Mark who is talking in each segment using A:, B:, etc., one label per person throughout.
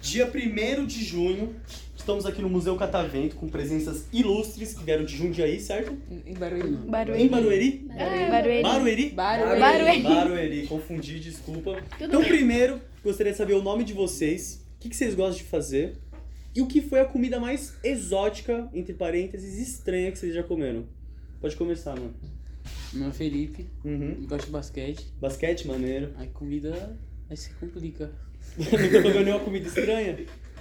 A: Dia 1 de junho, estamos aqui no Museu Catavento com presenças ilustres que vieram de Jundiaí, certo?
B: Em
C: É,
B: Barueri.
A: Em Barueri?
D: É, Barueri.
A: Barueri?
B: Barueri.
D: Barueri.
A: Barueri, confundi, desculpa.
D: Tudo
A: então,
D: bem.
A: primeiro, gostaria de saber o nome de vocês, o que, que vocês gostam de fazer e o que foi a comida mais exótica, entre parênteses, estranha que vocês já comeram. Pode começar, mano.
B: Meu nome é Felipe,
A: Uhum.
B: gosto de basquete.
A: Basquete, maneiro.
B: Aí comida. Aí se complica.
A: Nunca comeu nenhuma comida estranha.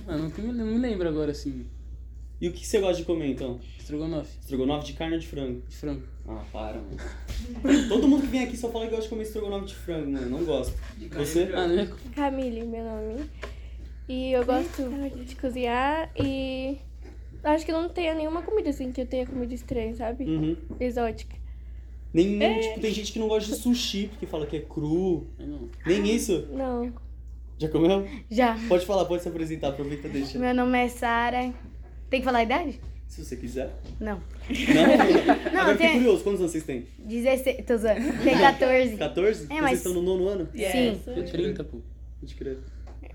B: Mano, não me, não me lembro agora assim.
A: E o que você gosta de comer, então?
B: Estrogonofe,
A: Estrogonofe de carne ou de frango?
B: de frango.
A: Ah, para, mano. Todo mundo que vem aqui só fala que gosta de comer estrogonofe de frango, mano. Não gosto. Você?
B: Ah, não é.
D: Camille, meu nome. E eu gosto de cozinhar e acho que não tenha nenhuma comida assim que eu tenha comida estranha, sabe?
A: Uhum.
D: Exótica.
A: Nem,
E: É.
A: tipo, tem gente que não gosta de sushi, porque fala que é cru.
B: Aí não.
A: Nem isso.
D: Não.
A: Já comeu?
E: Já.
A: Pode falar, pode se apresentar, aproveita e deixa.
E: Meu nome é Sara. Tem que falar a idade?
A: Se você quiser.
E: Não.
A: Não?
E: Não,
A: Agora eu fiquei
E: tem-
A: curioso, quantos anos vocês têm?
E: 16. Tô zoando. Tem 14.
A: 14?
E: É, mas-
A: Vocês estão no nono ano?
E: Sim.
B: É 30, pô.
A: Pode crer.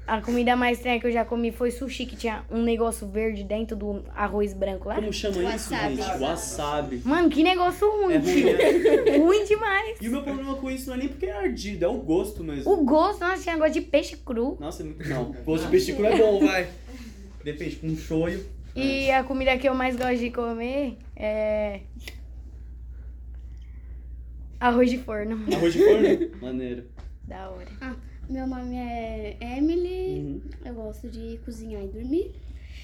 E: A comida mais estranha que eu já comi foi sushi, que tinha um negócio verde dentro do arroz branco lá.
A: Como chama isso, gente? Wasabi.
E: Mano, que negócio
A: É
E: ruim.
A: ruim, né?
E: ruim demais.
A: E o meu problema com isso não é nem porque é ardido, é o gosto mesmo.
E: O gosto, nossa, tinha gosto de peixe cru.
A: Nossa, é muito. Não, gosto de peixe cru é bom, vai. Depende, com um shoyu.
E: E a comida que eu mais gosto de comer é. Arroz de forno.
A: Arroz de forno? Maneiro.
E: Da hora.
F: Ah, Meu nome é Emily,
A: Uhum.
F: eu gosto de cozinhar e dormir.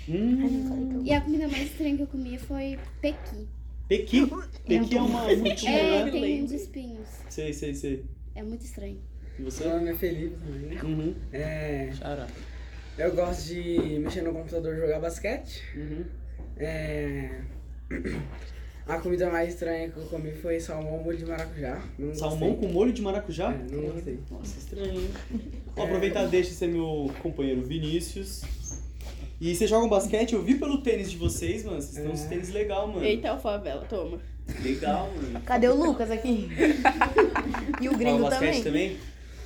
A: Hum,
C: Uhum.
F: E a comida mais estranha que eu comi foi pequi.
A: Pequi. Pequi é uma frutinha,
F: É,
A: né?
F: tem uns espinhos.
A: Sei, sei, sei.
F: É muito estranho.
A: E você?
G: Meu nome é Felipe também.
A: Uhum.
G: É,
B: Xará.
G: eu gosto de mexer no computador e jogar basquete.
A: Uhum.
G: É, a comida mais estranha que eu comi foi salmão molho de maracujá. Não
A: Salmão
G: gostei.
A: com molho de maracujá?
G: É, não gostei.
A: Nossa, estranho, hein? Vou aproveitar deixa ser meu companheiro Vinícius. E vocês jogam basquete? Eu vi pelo tênis de vocês, mano. Vocês estão uns tênis legal, mano.
C: Eita, o favela, toma.
A: É. Legal, mano.
E: Cadê o Lucas aqui? E o
A: Ah,
E: gringo
A: o basquete também?
E: também.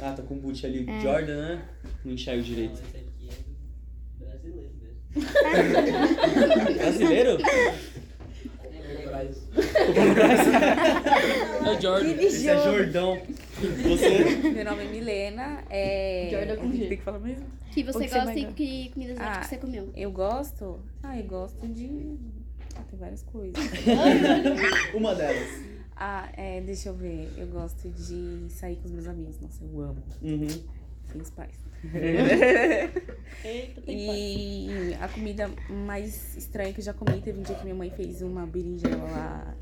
A: Ah, tá com o boot ali,
H: É.
A: o Jordan, né? Não enxergo direito. Brasileiro?
B: É Jordan.
A: Esse é Jordão. Você?
H: Meu nome é Milena. É...
C: Jordan com G.
H: Tem que falar mesmo?
F: Que você
E: que você
F: gosta
E: mais
F: e
E: gosta?
F: que comidas
H: Ah.
F: que você comeu.
H: Eu gosto. Ah, eu gosto de. Ah, tem várias coisas.
A: Uma delas.
H: Ah, é, deixa eu ver. Eu gosto de sair com os meus amigos. Nossa, eu amo.
A: Uhum.
H: Sem os pais.
C: Eita, tem pai.
H: E a comida mais estranha que eu já comi teve um dia que minha mãe fez uma berinjela lá.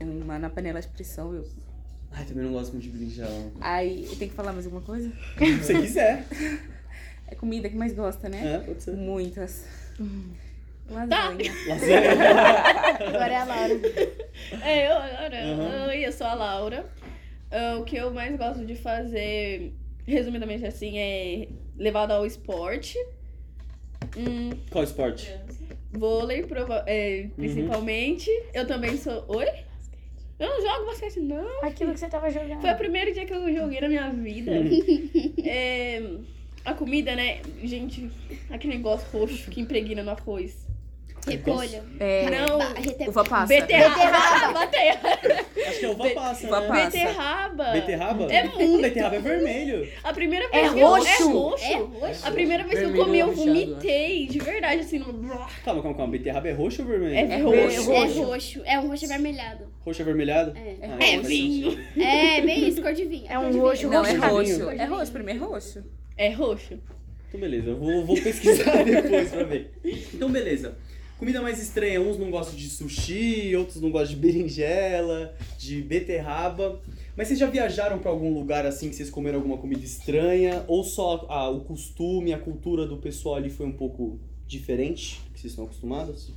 H: Uma na panela de pressão. Eu...
A: Ai, também não gosto muito de berinjela.
H: Aí, eu tenho que falar mais alguma coisa?
A: Se você quiser.
H: É comida que mais gosta, né?
A: É, pode ser. Tá.
H: Muitas. Lasanha.
A: Lasanha.
E: Agora é a Laura.
C: É, eu agora.
A: Aham.
C: Oi, eu sou a Laura. Ah, o que eu mais gosto de fazer, resumidamente assim, é levado ao esporte. Hum,
A: Qual esporte?
C: vôlei, prova- é, principalmente. Eu também sou. Oi? Eu não jogo basquete, não.
D: Aquilo que você tava jogando.
C: Foi o primeiro dia que eu joguei na minha vida. É, a comida, né? Gente, aquele negócio roxo que impregna no arroz.
F: Repolho.
H: É,
C: Não,
F: Ba- rete-
H: uva passa.
C: beterraba. Beterraba.
A: Acho que é uva passa,
H: uva
A: né?
H: passa.
C: Beterraba.
A: Beterraba?
C: É muito.
A: Beterraba é vermelho.
C: A primeira vez
E: É
C: que eu-
E: roxo.
C: é roxo.
F: É roxo?
C: A primeira vez que eu
B: Vermelho
C: comi, eu
B: recheado,
C: vomitei. De verdade, assim. No...
A: Calma, calma, calma. Beterraba é roxo ou vermelho?
C: É,
H: roxo.
C: roxo.
F: É roxo. É um roxo avermelhado.
A: Roxo avermelhado?
F: É.
A: Ah,
C: É
A: faz
C: vinho.
A: sentido.
F: É, bem isso, cor de vinho.
E: É
F: cor
E: um
F: de
E: roxo
H: Não, é
E: roxo.
H: roxo. É roxo, pra mim é roxo.
C: É roxo.
A: Então, beleza. Eu vou, vou pesquisar depois pra ver. Então, beleza. Comida mais estranha. Uns não gostam de sushi, outros não gostam de berinjela, de beterraba. Mas vocês já viajaram pra algum lugar assim que vocês comeram alguma comida estranha? Ou só ah, o costume, a cultura do pessoal ali foi um pouco diferente do que vocês estão acostumados?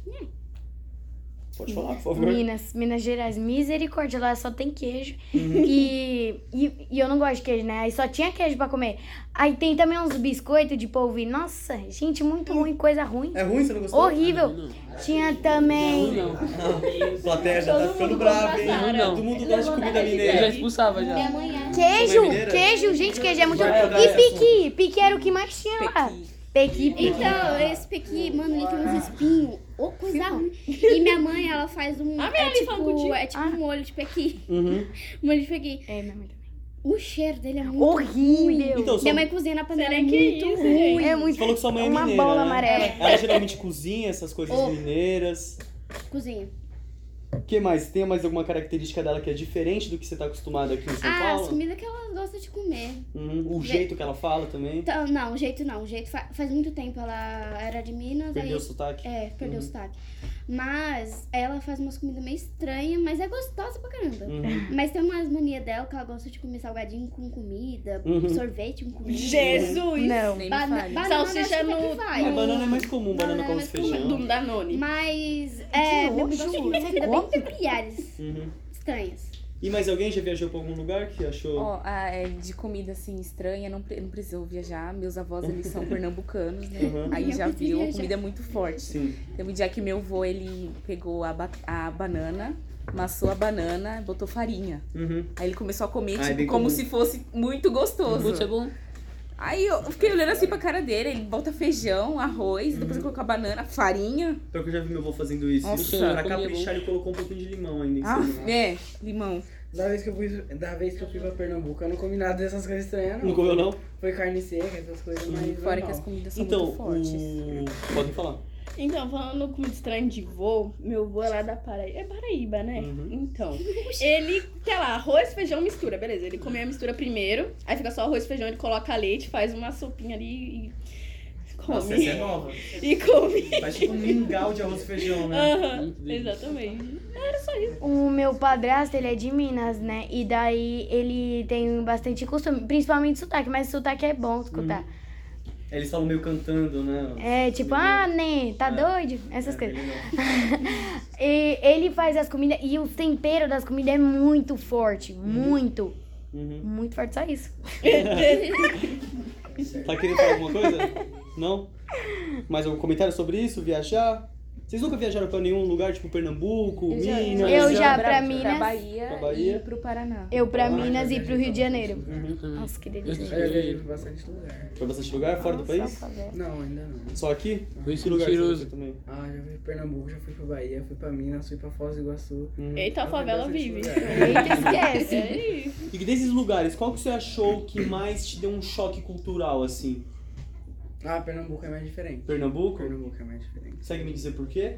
A: Pode falar, por favor.
E: Minas, Minas Gerais, misericórdia, lá só tem queijo.
A: Uhum.
E: E, e, e eu não gosto de queijo, né? Aí só tinha queijo pra comer. Aí tem também uns biscoitos de polvilho. Nossa, gente, muito ruim, coisa ruim.
A: É ruim, você não gostou?
B: Não,
E: Horrível.
B: não.
E: Tinha também.
B: Não, não.
A: A plateia já tá
F: Todo
A: ficando
F: mundo
A: brava,
F: gosta,
A: hein?
F: Sara.
A: Todo mundo gosta de comida
B: Eu já
A: mineira.
B: expulsava já.
F: Até amanhã.
E: Queijo,
A: Não é mineira?
E: queijo, gente, queijo é muito
A: Vai jogar
E: E
A: esse assunto.
E: piqui, piqui era o que mais tinha lá.
H: Pequi.
E: Pequi, piqui.
F: Então, esse pequi, mano, ele tem uns espinhos. Ô, coisa ruim. E minha mãe, ela faz um.
C: Ah, minha
F: é,
C: mãe fala
F: tipo,
C: contigo.
F: é tipo
E: Ah.
F: um molho de pequi.
A: Uhum.
F: Molho de pequi.
E: É, minha mãe também.
F: O cheiro dele é muito.
E: Horrível.
A: Então, sua...
F: Minha mãe cozinha na panela,
C: Será
F: é
C: que é
F: muito
C: isso,
F: ruim.
E: É
A: você
E: muito
A: falou que sua mãe é
E: uma
A: mineira,
E: bola
A: né?
E: amarela.
A: Ela geralmente cozinha essas coisas
F: Ô.
A: mineiras.
F: Cozinha.
A: O que mais? Tem mais alguma característica dela que é diferente do que você tá acostumado aqui em São
F: Ah, as
A: Paulo?
F: comidas que ela gosta de comer.
A: Uhum. O
F: Ve-
A: jeito que ela fala também.
F: Então, não, o jeito não. O jeito fa- faz muito tempo. Ela era de Minas,
A: Perdeu o
F: aí.
A: sotaque.
F: É, perdeu
A: Uhum.
F: o sotaque. Mas ela faz umas comidas meio estranhas, mas é gostosa pra caramba.
A: Uhum.
F: Mas tem umas manias dela que ela gosta de comer salgadinho com comida,
A: Uhum.
F: sorvete com comida.
C: Jesus!
E: Não.
H: Nem me
F: Bana-
H: fale.
F: banana
C: Salsicha
F: acho até que
C: no-
F: vai.
A: Ah, banana é mais comum, banana,
F: Banana
A: com
F: é
A: arroz e
F: mais comum.
A: feijão.
C: Do Danone.
F: Mas
E: Que
F: é, eu
E: nojo,
F: gosto de
E: você
F: comidas ainda bem
E: come?
F: peculiares,
A: Uhum.
F: estranhas.
A: E mais alguém já viajou pra algum lugar que achou?
H: Ó, ah, é, de comida assim estranha, não, pre- não precisou viajar. Meus avós, eles são pernambucanos, né?
A: Uhum.
H: Aí
F: Não
H: já
F: precisa
H: viu, a
F: viajar.
H: comida é muito forte.
A: Sim.
H: Teve um dia que meu avô, ele pegou a, ba- a banana, amassou a banana, botou farinha.
A: Uhum.
H: Aí ele começou a comer,
A: Ah, é
H: tipo,
A: bem
H: como
A: comum.
H: se fosse muito gostoso.
B: Putz, é bom.
H: Aí eu fiquei olhando assim pra cara dele, ele bota feijão, arroz, depois ele colocou a banana, farinha.
A: Pior que eu já vi meu avô fazendo isso.
H: Nossa,
A: pra
B: comia
A: caprichar, ele colocou um pouquinho de limão ainda em
H: Ah,
A: cima.
H: é, limão.
G: Da vez, que eu fui, da vez que eu fui pra Pernambuco, eu não comi nada dessas coisas estranhas,
A: Não
G: não.
A: comeu, não?
G: Foi carne seca, essas coisas, mas.
H: Fora que
G: normal.
H: as comidas são
A: Então,
H: muito fortes.
A: o... Podem falar.
C: Então, falando com estranho de vô, meu vô é lá da Paraíba. É Paraíba, né?
A: Uhum.
C: Então, ele, sei lá, arroz, feijão, mistura, beleza. Ele come a mistura primeiro, aí fica só arroz, feijão, ele coloca leite, faz uma sopinha ali e come.
A: Nossa, essa é nova.
C: E come.
A: Faz tipo um mingau de arroz e feijão, né?
C: Aham,
B: Muito bem.
C: exatamente.
E: O meu padrasto, ele é de Minas, né? E daí ele tem bastante costume, principalmente sotaque, mas sotaque é bom escutar.
A: Eles falam meio cantando, né?
E: É tipo, ah, né, tá
A: É.
E: doido? Essas
A: É,
E: coisas.
A: bem legal.
E: E ele faz as comidas e o tempero das comidas é muito forte. Muito.
A: Uhum.
E: Muito forte, só isso.
A: Tá querendo falar alguma coisa? Não? Mais algum comentário sobre isso? Viajar? Vocês nunca viajaram pra nenhum lugar, tipo Pernambuco, Minas?
E: eu já pra
H: mim
E: Minas-
H: Pra Bahia,
A: Pra Bahia.
H: e pro Paraná.
E: Eu pra
A: Ah,
E: Minas e pro Rio
G: então.
E: de Janeiro.
A: Uhum.
E: Nossa, que delícia.
G: Eu já viajei pra bastante lugar.
A: Pra bastante lugar, fora do país?
G: Não, ainda não.
A: Só aqui?
B: Foi
A: Que lugar você
B: mentiroso.
A: viajou também?
G: Ah, já fui pra Pernambuco, já fui pra Bahia, fui pra Minas, fui pra Foz do Iguaçu.
A: Uhum.
C: Eita, tá a
G: Já fui
C: favela
G: bastante
C: vive.
G: lugar.
E: Eita, esquece.
C: É isso.
A: E desses lugares, qual que você achou que mais te deu um choque cultural, assim?
G: Ah, Pernambuco é mais diferente.
A: Pernambuco?
G: Pernambuco é mais diferente.
A: Consegue me dizer por quê?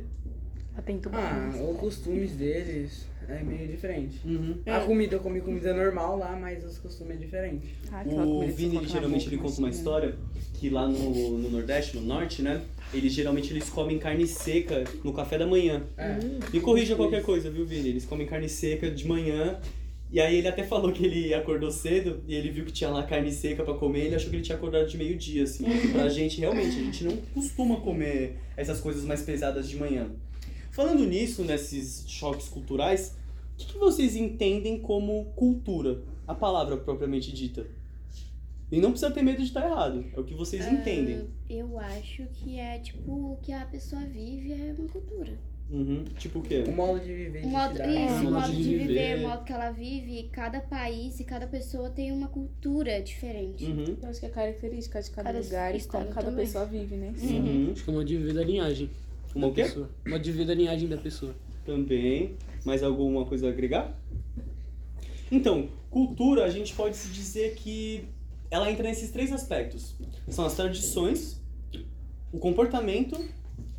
G: Ah, os costumes deles é meio diferente.
A: Uhum.
B: É.
G: A comida, eu comi comida normal lá, mas os costumes é diferente.
H: Ah, aquela comida
A: O
H: que você
A: Vini,
H: coloca
A: ele,
H: na
A: geralmente,
H: boca,
A: ele conta uma
H: assim,
A: história que lá no, no Nordeste, no Norte, né? Eles, geralmente, eles comem carne seca no café da manhã.
G: É.
A: Me corrija qualquer coisa, viu, Vini? Eles comem carne seca de manhã. E aí ele até falou que ele acordou cedo e ele viu que tinha lá carne seca pra comer, ele achou que ele tinha acordado de meio-dia, assim. Pra gente, realmente, a gente não costuma comer essas coisas mais pesadas de manhã. Falando nisso, nesses choques culturais, o que, que vocês entendem como cultura? A palavra propriamente dita. E não precisa ter medo de estar errado, é o que vocês entendem.
F: Eu acho que é tipo o que a pessoa vive é uma cultura.
A: Uhum. Tipo o quê?
G: O modo de viver
F: O
G: de
F: modo,
G: cidade.
F: isso,
A: né? modo
F: o modo
A: de
F: de viver,
A: viver.
F: o modo que ela vive, e cada país e cada pessoa tem uma cultura diferente.
A: Uhum.
H: Eu acho que é característica de cada,
F: Cada
H: lugar e como
F: estado
H: cada
F: também.
H: pessoa vive, né?
A: Uhum.
B: Acho que é modo de viver da linhagem.
A: Uma o
B: da
A: quê?
B: pessoa. Modo de viver da linhagem da pessoa.
A: Também. Mais alguma coisa a agregar? Então, cultura, a gente pode se dizer que ela entra nesses três aspectos. São as tradições, o comportamento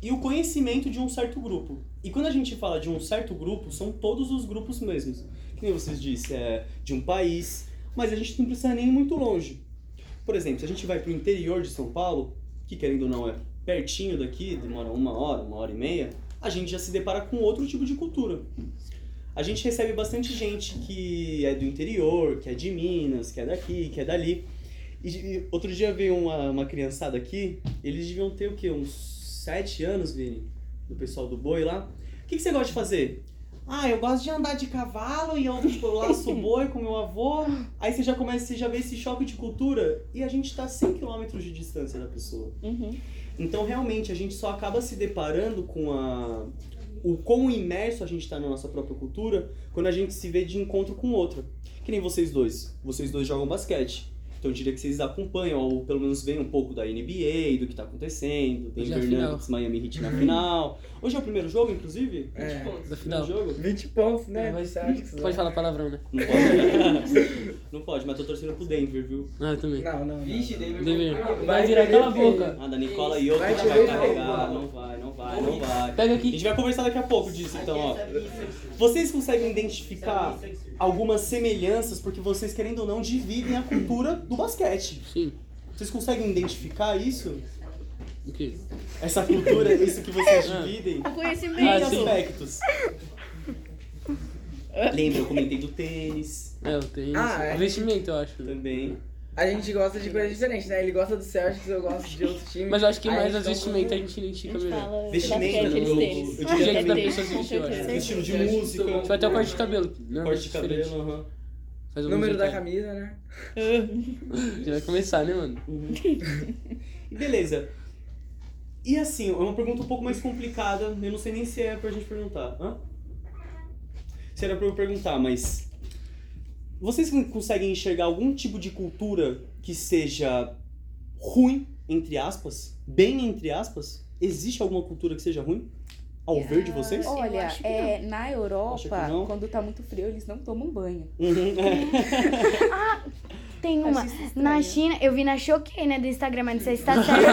A: e o conhecimento de um certo grupo. E quando a gente fala de um certo grupo, são todos os grupos mesmos. Que nem vocês disse, é de um país, mas a gente não precisa nem ir muito longe. Por exemplo, se a gente vai para o interior de São Paulo, que querendo ou não é pertinho daqui, demora uma hora, uma hora e meia, a gente já se depara com outro tipo de cultura. A gente recebe bastante gente que é do interior, que é de Minas, que é daqui, que é dali. E, e outro dia veio uma, uma criançada aqui, eles deviam ter o quê? Uns sete anos, Vini? Do pessoal do boi lá. que, que você gosta de fazer? Ah, eu gosto de andar de cavalo e eu, tipo, eu laço o boi com meu avô. Aí você já começa, você já vê esse choque de cultura e a gente tá 100 km de distância da pessoa.
C: Uhum.
A: Então, realmente, a gente só acaba se deparando com a o quão imerso a gente tá na nossa própria cultura quando a gente se vê de encontro com outra. Que nem vocês dois. Vocês dois jogam basquete. Então eu diria que vocês acompanham, ou pelo menos veem um pouco da NBA, do que tá acontecendo. Tem
B: Hoje é a final. Uhum.
A: Nuggets, Miami Heat na final. Hoje é o primeiro jogo, inclusive?
G: É.
B: Da
A: Primeiro
B: final.
A: jogo?
G: 20 pontos, né?
B: É, mas-
G: Celtics, né?
B: Pode falar palavrão, né?
A: Não pode. Não pode, mas tô torcendo pro Denver, viu?
B: Ah, eu também.
G: Não, não. não.
I: Vixe, Denver.
B: Denver.
I: vai-
B: Vai virar, cala a
G: feio.
B: boca.
A: Ah, da Nicola e eu
G: Vai
A: vai,
G: te
A: vai
G: ver,
A: carregar.
I: vai.
A: Não vai, não vai, não vai.
B: Pega
A: A
B: aqui.
A: gente vai conversar daqui a pouco disso, então, ó. Vocês conseguem identificar algumas semelhanças porque vocês, querendo ou não, dividem a cultura do basquete.
B: Sim.
A: Vocês conseguem identificar isso?
B: O quê?
A: Essa cultura, isso que vocês dividem?
C: O conhecimento.
A: Em que
B: sim.
A: aspectos? Lembra, eu comentei do tênis
B: É, eu tenho.
G: Ah, é.
B: Investimento, eu acho.
A: também.
G: A gente gosta de coisas diferentes, né? Ele gosta do Celtics, eu gosto de outros times.
B: Mas eu acho que
G: Aí
B: mais
G: eles
B: as
G: tão-
B: vestimentas a gente identifica melhor.
C: fala
A: Vestimenta,
C: basquete,
A: eu-
C: eles
A: eu
C: têm.
A: diria
C: Deve
B: que da
C: ter,
B: pessoa se
C: com
B: vestiu,
C: certeza.
A: É, Estilo de música,
B: Tipo, até o corte de cabelo. né?
A: corte de
B: Diferente.
A: cabelo, aham.
B: Faz um
G: Número da
B: musical.
G: camisa, né?
B: Já vai começar, né, mano?
A: Uhum. E Beleza. E assim, é uma pergunta um pouco mais complicada. Eu não sei nem se é pra gente perguntar. Hã? Se era pra eu perguntar, mas. Vocês conseguem enxergar algum tipo de cultura que seja ruim, entre aspas? Bem, entre aspas? Existe alguma cultura que seja ruim? Ao ver de vocês?
E: Ah.
F: Eu
H: Olha,
F: acho que
H: é, na
A: Acho que
H: Europa,
A: não.
H: quando tá muito frio, eles não tomam banho.
A: Uhum.
E: Tem uma.
H: Acho isso
E: Na
H: estranho.
E: China, eu vi na Choquei, né, do Instagram, mas não sei se tá certo.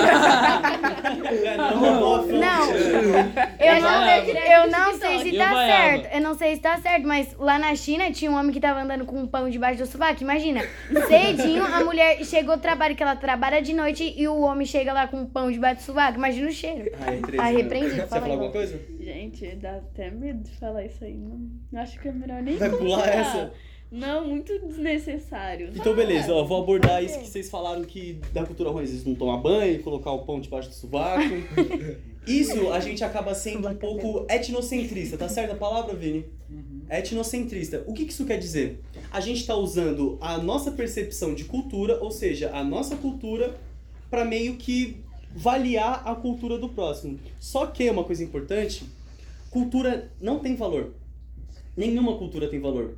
A: É, não,
E: Não.
G: né?
E: Eu
B: Eu
E: não,
B: vaiava.
E: eu não sei se
B: Eu
E: tá
B: vaiava.
E: certo. Eu não sei se tá certo, mas lá na China tinha um homem que tava andando com um pão debaixo do sovaco. Imagina. Cedinho, a mulher chegou do trabalho, que ela trabalha de noite, e o homem chega lá com um pão debaixo do sovaco. Imagina o cheiro.
A: Ai, três,
E: Ah,
A: né?
E: repreendi,
A: Você ia
E: fala
A: falar
E: aí,
A: alguma
E: Val.
A: coisa?
C: Gente, dá até medo de falar isso aí. Não, eu acho que é melhor nem
A: Vai pular
C: contar.
A: essa?
C: Não, muito desnecessário.
A: Então, beleza, ó, vou abordar isso que vocês falaram que da cultura ruim, vocês não tomam banho, colocar o pão debaixo do sovaco. Isso a gente acaba sendo um pouco etnocentrista, tá certa a palavra, Vini? Etnocentrista. O que, que isso quer dizer? A gente tá usando a nossa percepção de cultura, ou seja, a nossa cultura, para meio que valiar a cultura do próximo. Só que uma coisa importante, cultura não tem valor. Nenhuma cultura tem valor.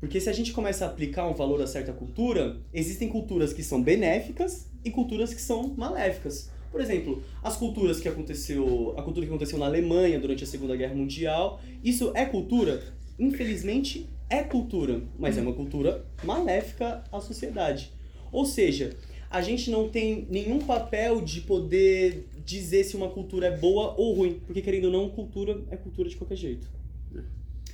A: Porque se a gente começa a aplicar um valor a certa cultura, existem culturas que são benéficas e culturas que são maléficas. Por exemplo, as culturas que aconteceu, a cultura que aconteceu na Alemanha durante a Segunda Guerra Mundial, isso é cultura? Infelizmente é cultura, mas é uma cultura maléfica à sociedade. Ou seja, a gente não tem nenhum papel de poder dizer se uma cultura é boa ou ruim, porque querendo ou não, cultura é cultura de qualquer jeito.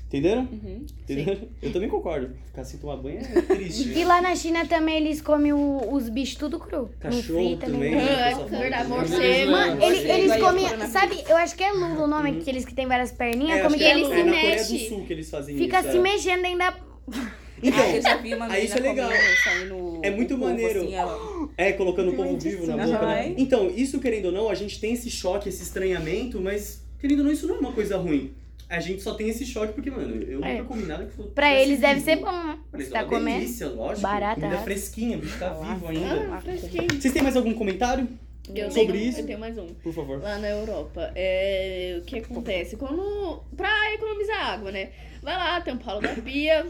A: Entenderam?
H: Uhum.
A: Entendeu? Eu também concordo. Ficar sem tomar banho é triste.
E: E lá na China também eles comem o- os bichos tudo cru. Não
A: Cachorro
E: frita, nem
A: também.
E: nada.
A: né?
C: Ah, é
A: Pessoal
C: verdade,
A: fala,
C: morcego.
A: né?
E: Mano,
H: Você
E: ele- eles
H: vai
E: comem.
H: afora na
E: Sabe, eu acho que é Lula o nome, aqueles que tem várias perninhas.
A: Uhum. É,
E: como
A: acho
E: que
A: que
E: é?
A: é
F: eles
A: na-
F: se
A: é na Coreia do
F: mexem.
A: Sul que eles fazem
E: Fica
A: isso.
E: se
A: é.
E: mexendo dentro da.
H: Ah, eu
A: Então,
H: já vi uma
A: aí
H: menina
A: isso é legal.
H: comendo, saindo
A: É muito
H: o povo,
A: maneiro.
H: assim, ela-
A: é, colocando o povo vivo na
H: Aham.
A: boca, né? Então, isso querendo ou não, a gente tem esse choque, esse estranhamento, mas querendo ou não, isso não é uma coisa ruim. A gente só tem esse choque porque, mano, eu
E: É.
A: nunca comi nada que fosse.
E: Pra eles deve ser
A: vivo.
E: bom, né?
A: Pra eles
E: Você
A: é
E: tá
A: uma
E: comendo.
A: Delícia, lógico.
E: Barata.
A: Comida fresquinha, o bicho tá vivo ainda.
C: Ah, fresquinho.
A: Vocês têm mais algum comentário?
C: Eu
A: Sobre
C: tenho,
A: isso?
C: Eu tenho mais um.
A: Por favor.
C: Lá na Europa, é, o que acontece? Quando, pra economizar água, né? Vai lá, tem um palo da pia,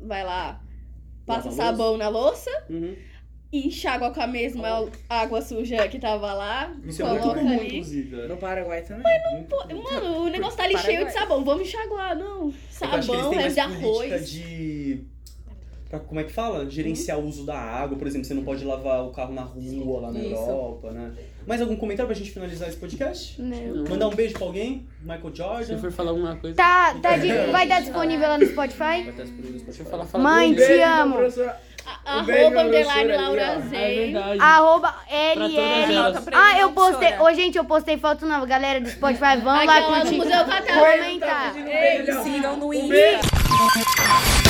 C: vai lá,
A: Lava
C: passa
A: a
C: sabão na louça,
A: Uhum.
C: e enxágua com a mesma água suja que tava lá,
A: Isso é muito
C: coloca
A: comum,
C: ali.
A: inclusive. é.
G: No Paraguai também.
A: Muito
C: Pô, Mano, o negócio tá ali
H: Paraguai.
C: cheio de sabão, vamos enxaguar, não.
A: Eu acho É que eles
C: Sabão,
A: têm
C: resto Tá é de
A: mais política
C: arroz.
A: de. pra- como é que fala? Gerenciar o uso da água, por exemplo, você não pode lavar o carro na rua lá na
H: Isso.
A: Europa, né? Mais algum comentário pra gente finalizar esse podcast?
F: Né?
E: Não.
A: Mandar um beijo pra alguém? Michael
B: Se
A: Jordan?
B: for falar alguma coisa.
E: Tá, tá de- vai dar disponível lá no Spotify?
A: Vai estar disponível
B: Deixa
A: no Spotify.
B: eu falar, fala
E: Mãe,
B: dele.
E: te
G: Um Beijo,
E: amo.
G: professora.
C: A-
G: Um beijo,
C: Arroba, underline,
G: professora,
C: Laura
G: aqui, ó.
B: É
C: Zay.
B: verdade.
E: Arroba
B: Pra todas
E: LL.
B: elas.
E: Ah, eu postei. Ô, gente, eu postei foto nova. Galera do Spotify, vão lá
C: Aquela lá no
A: tá
E: curtir.
C: Museu Catar.
E: Comentar.
H: Sigam no Insta.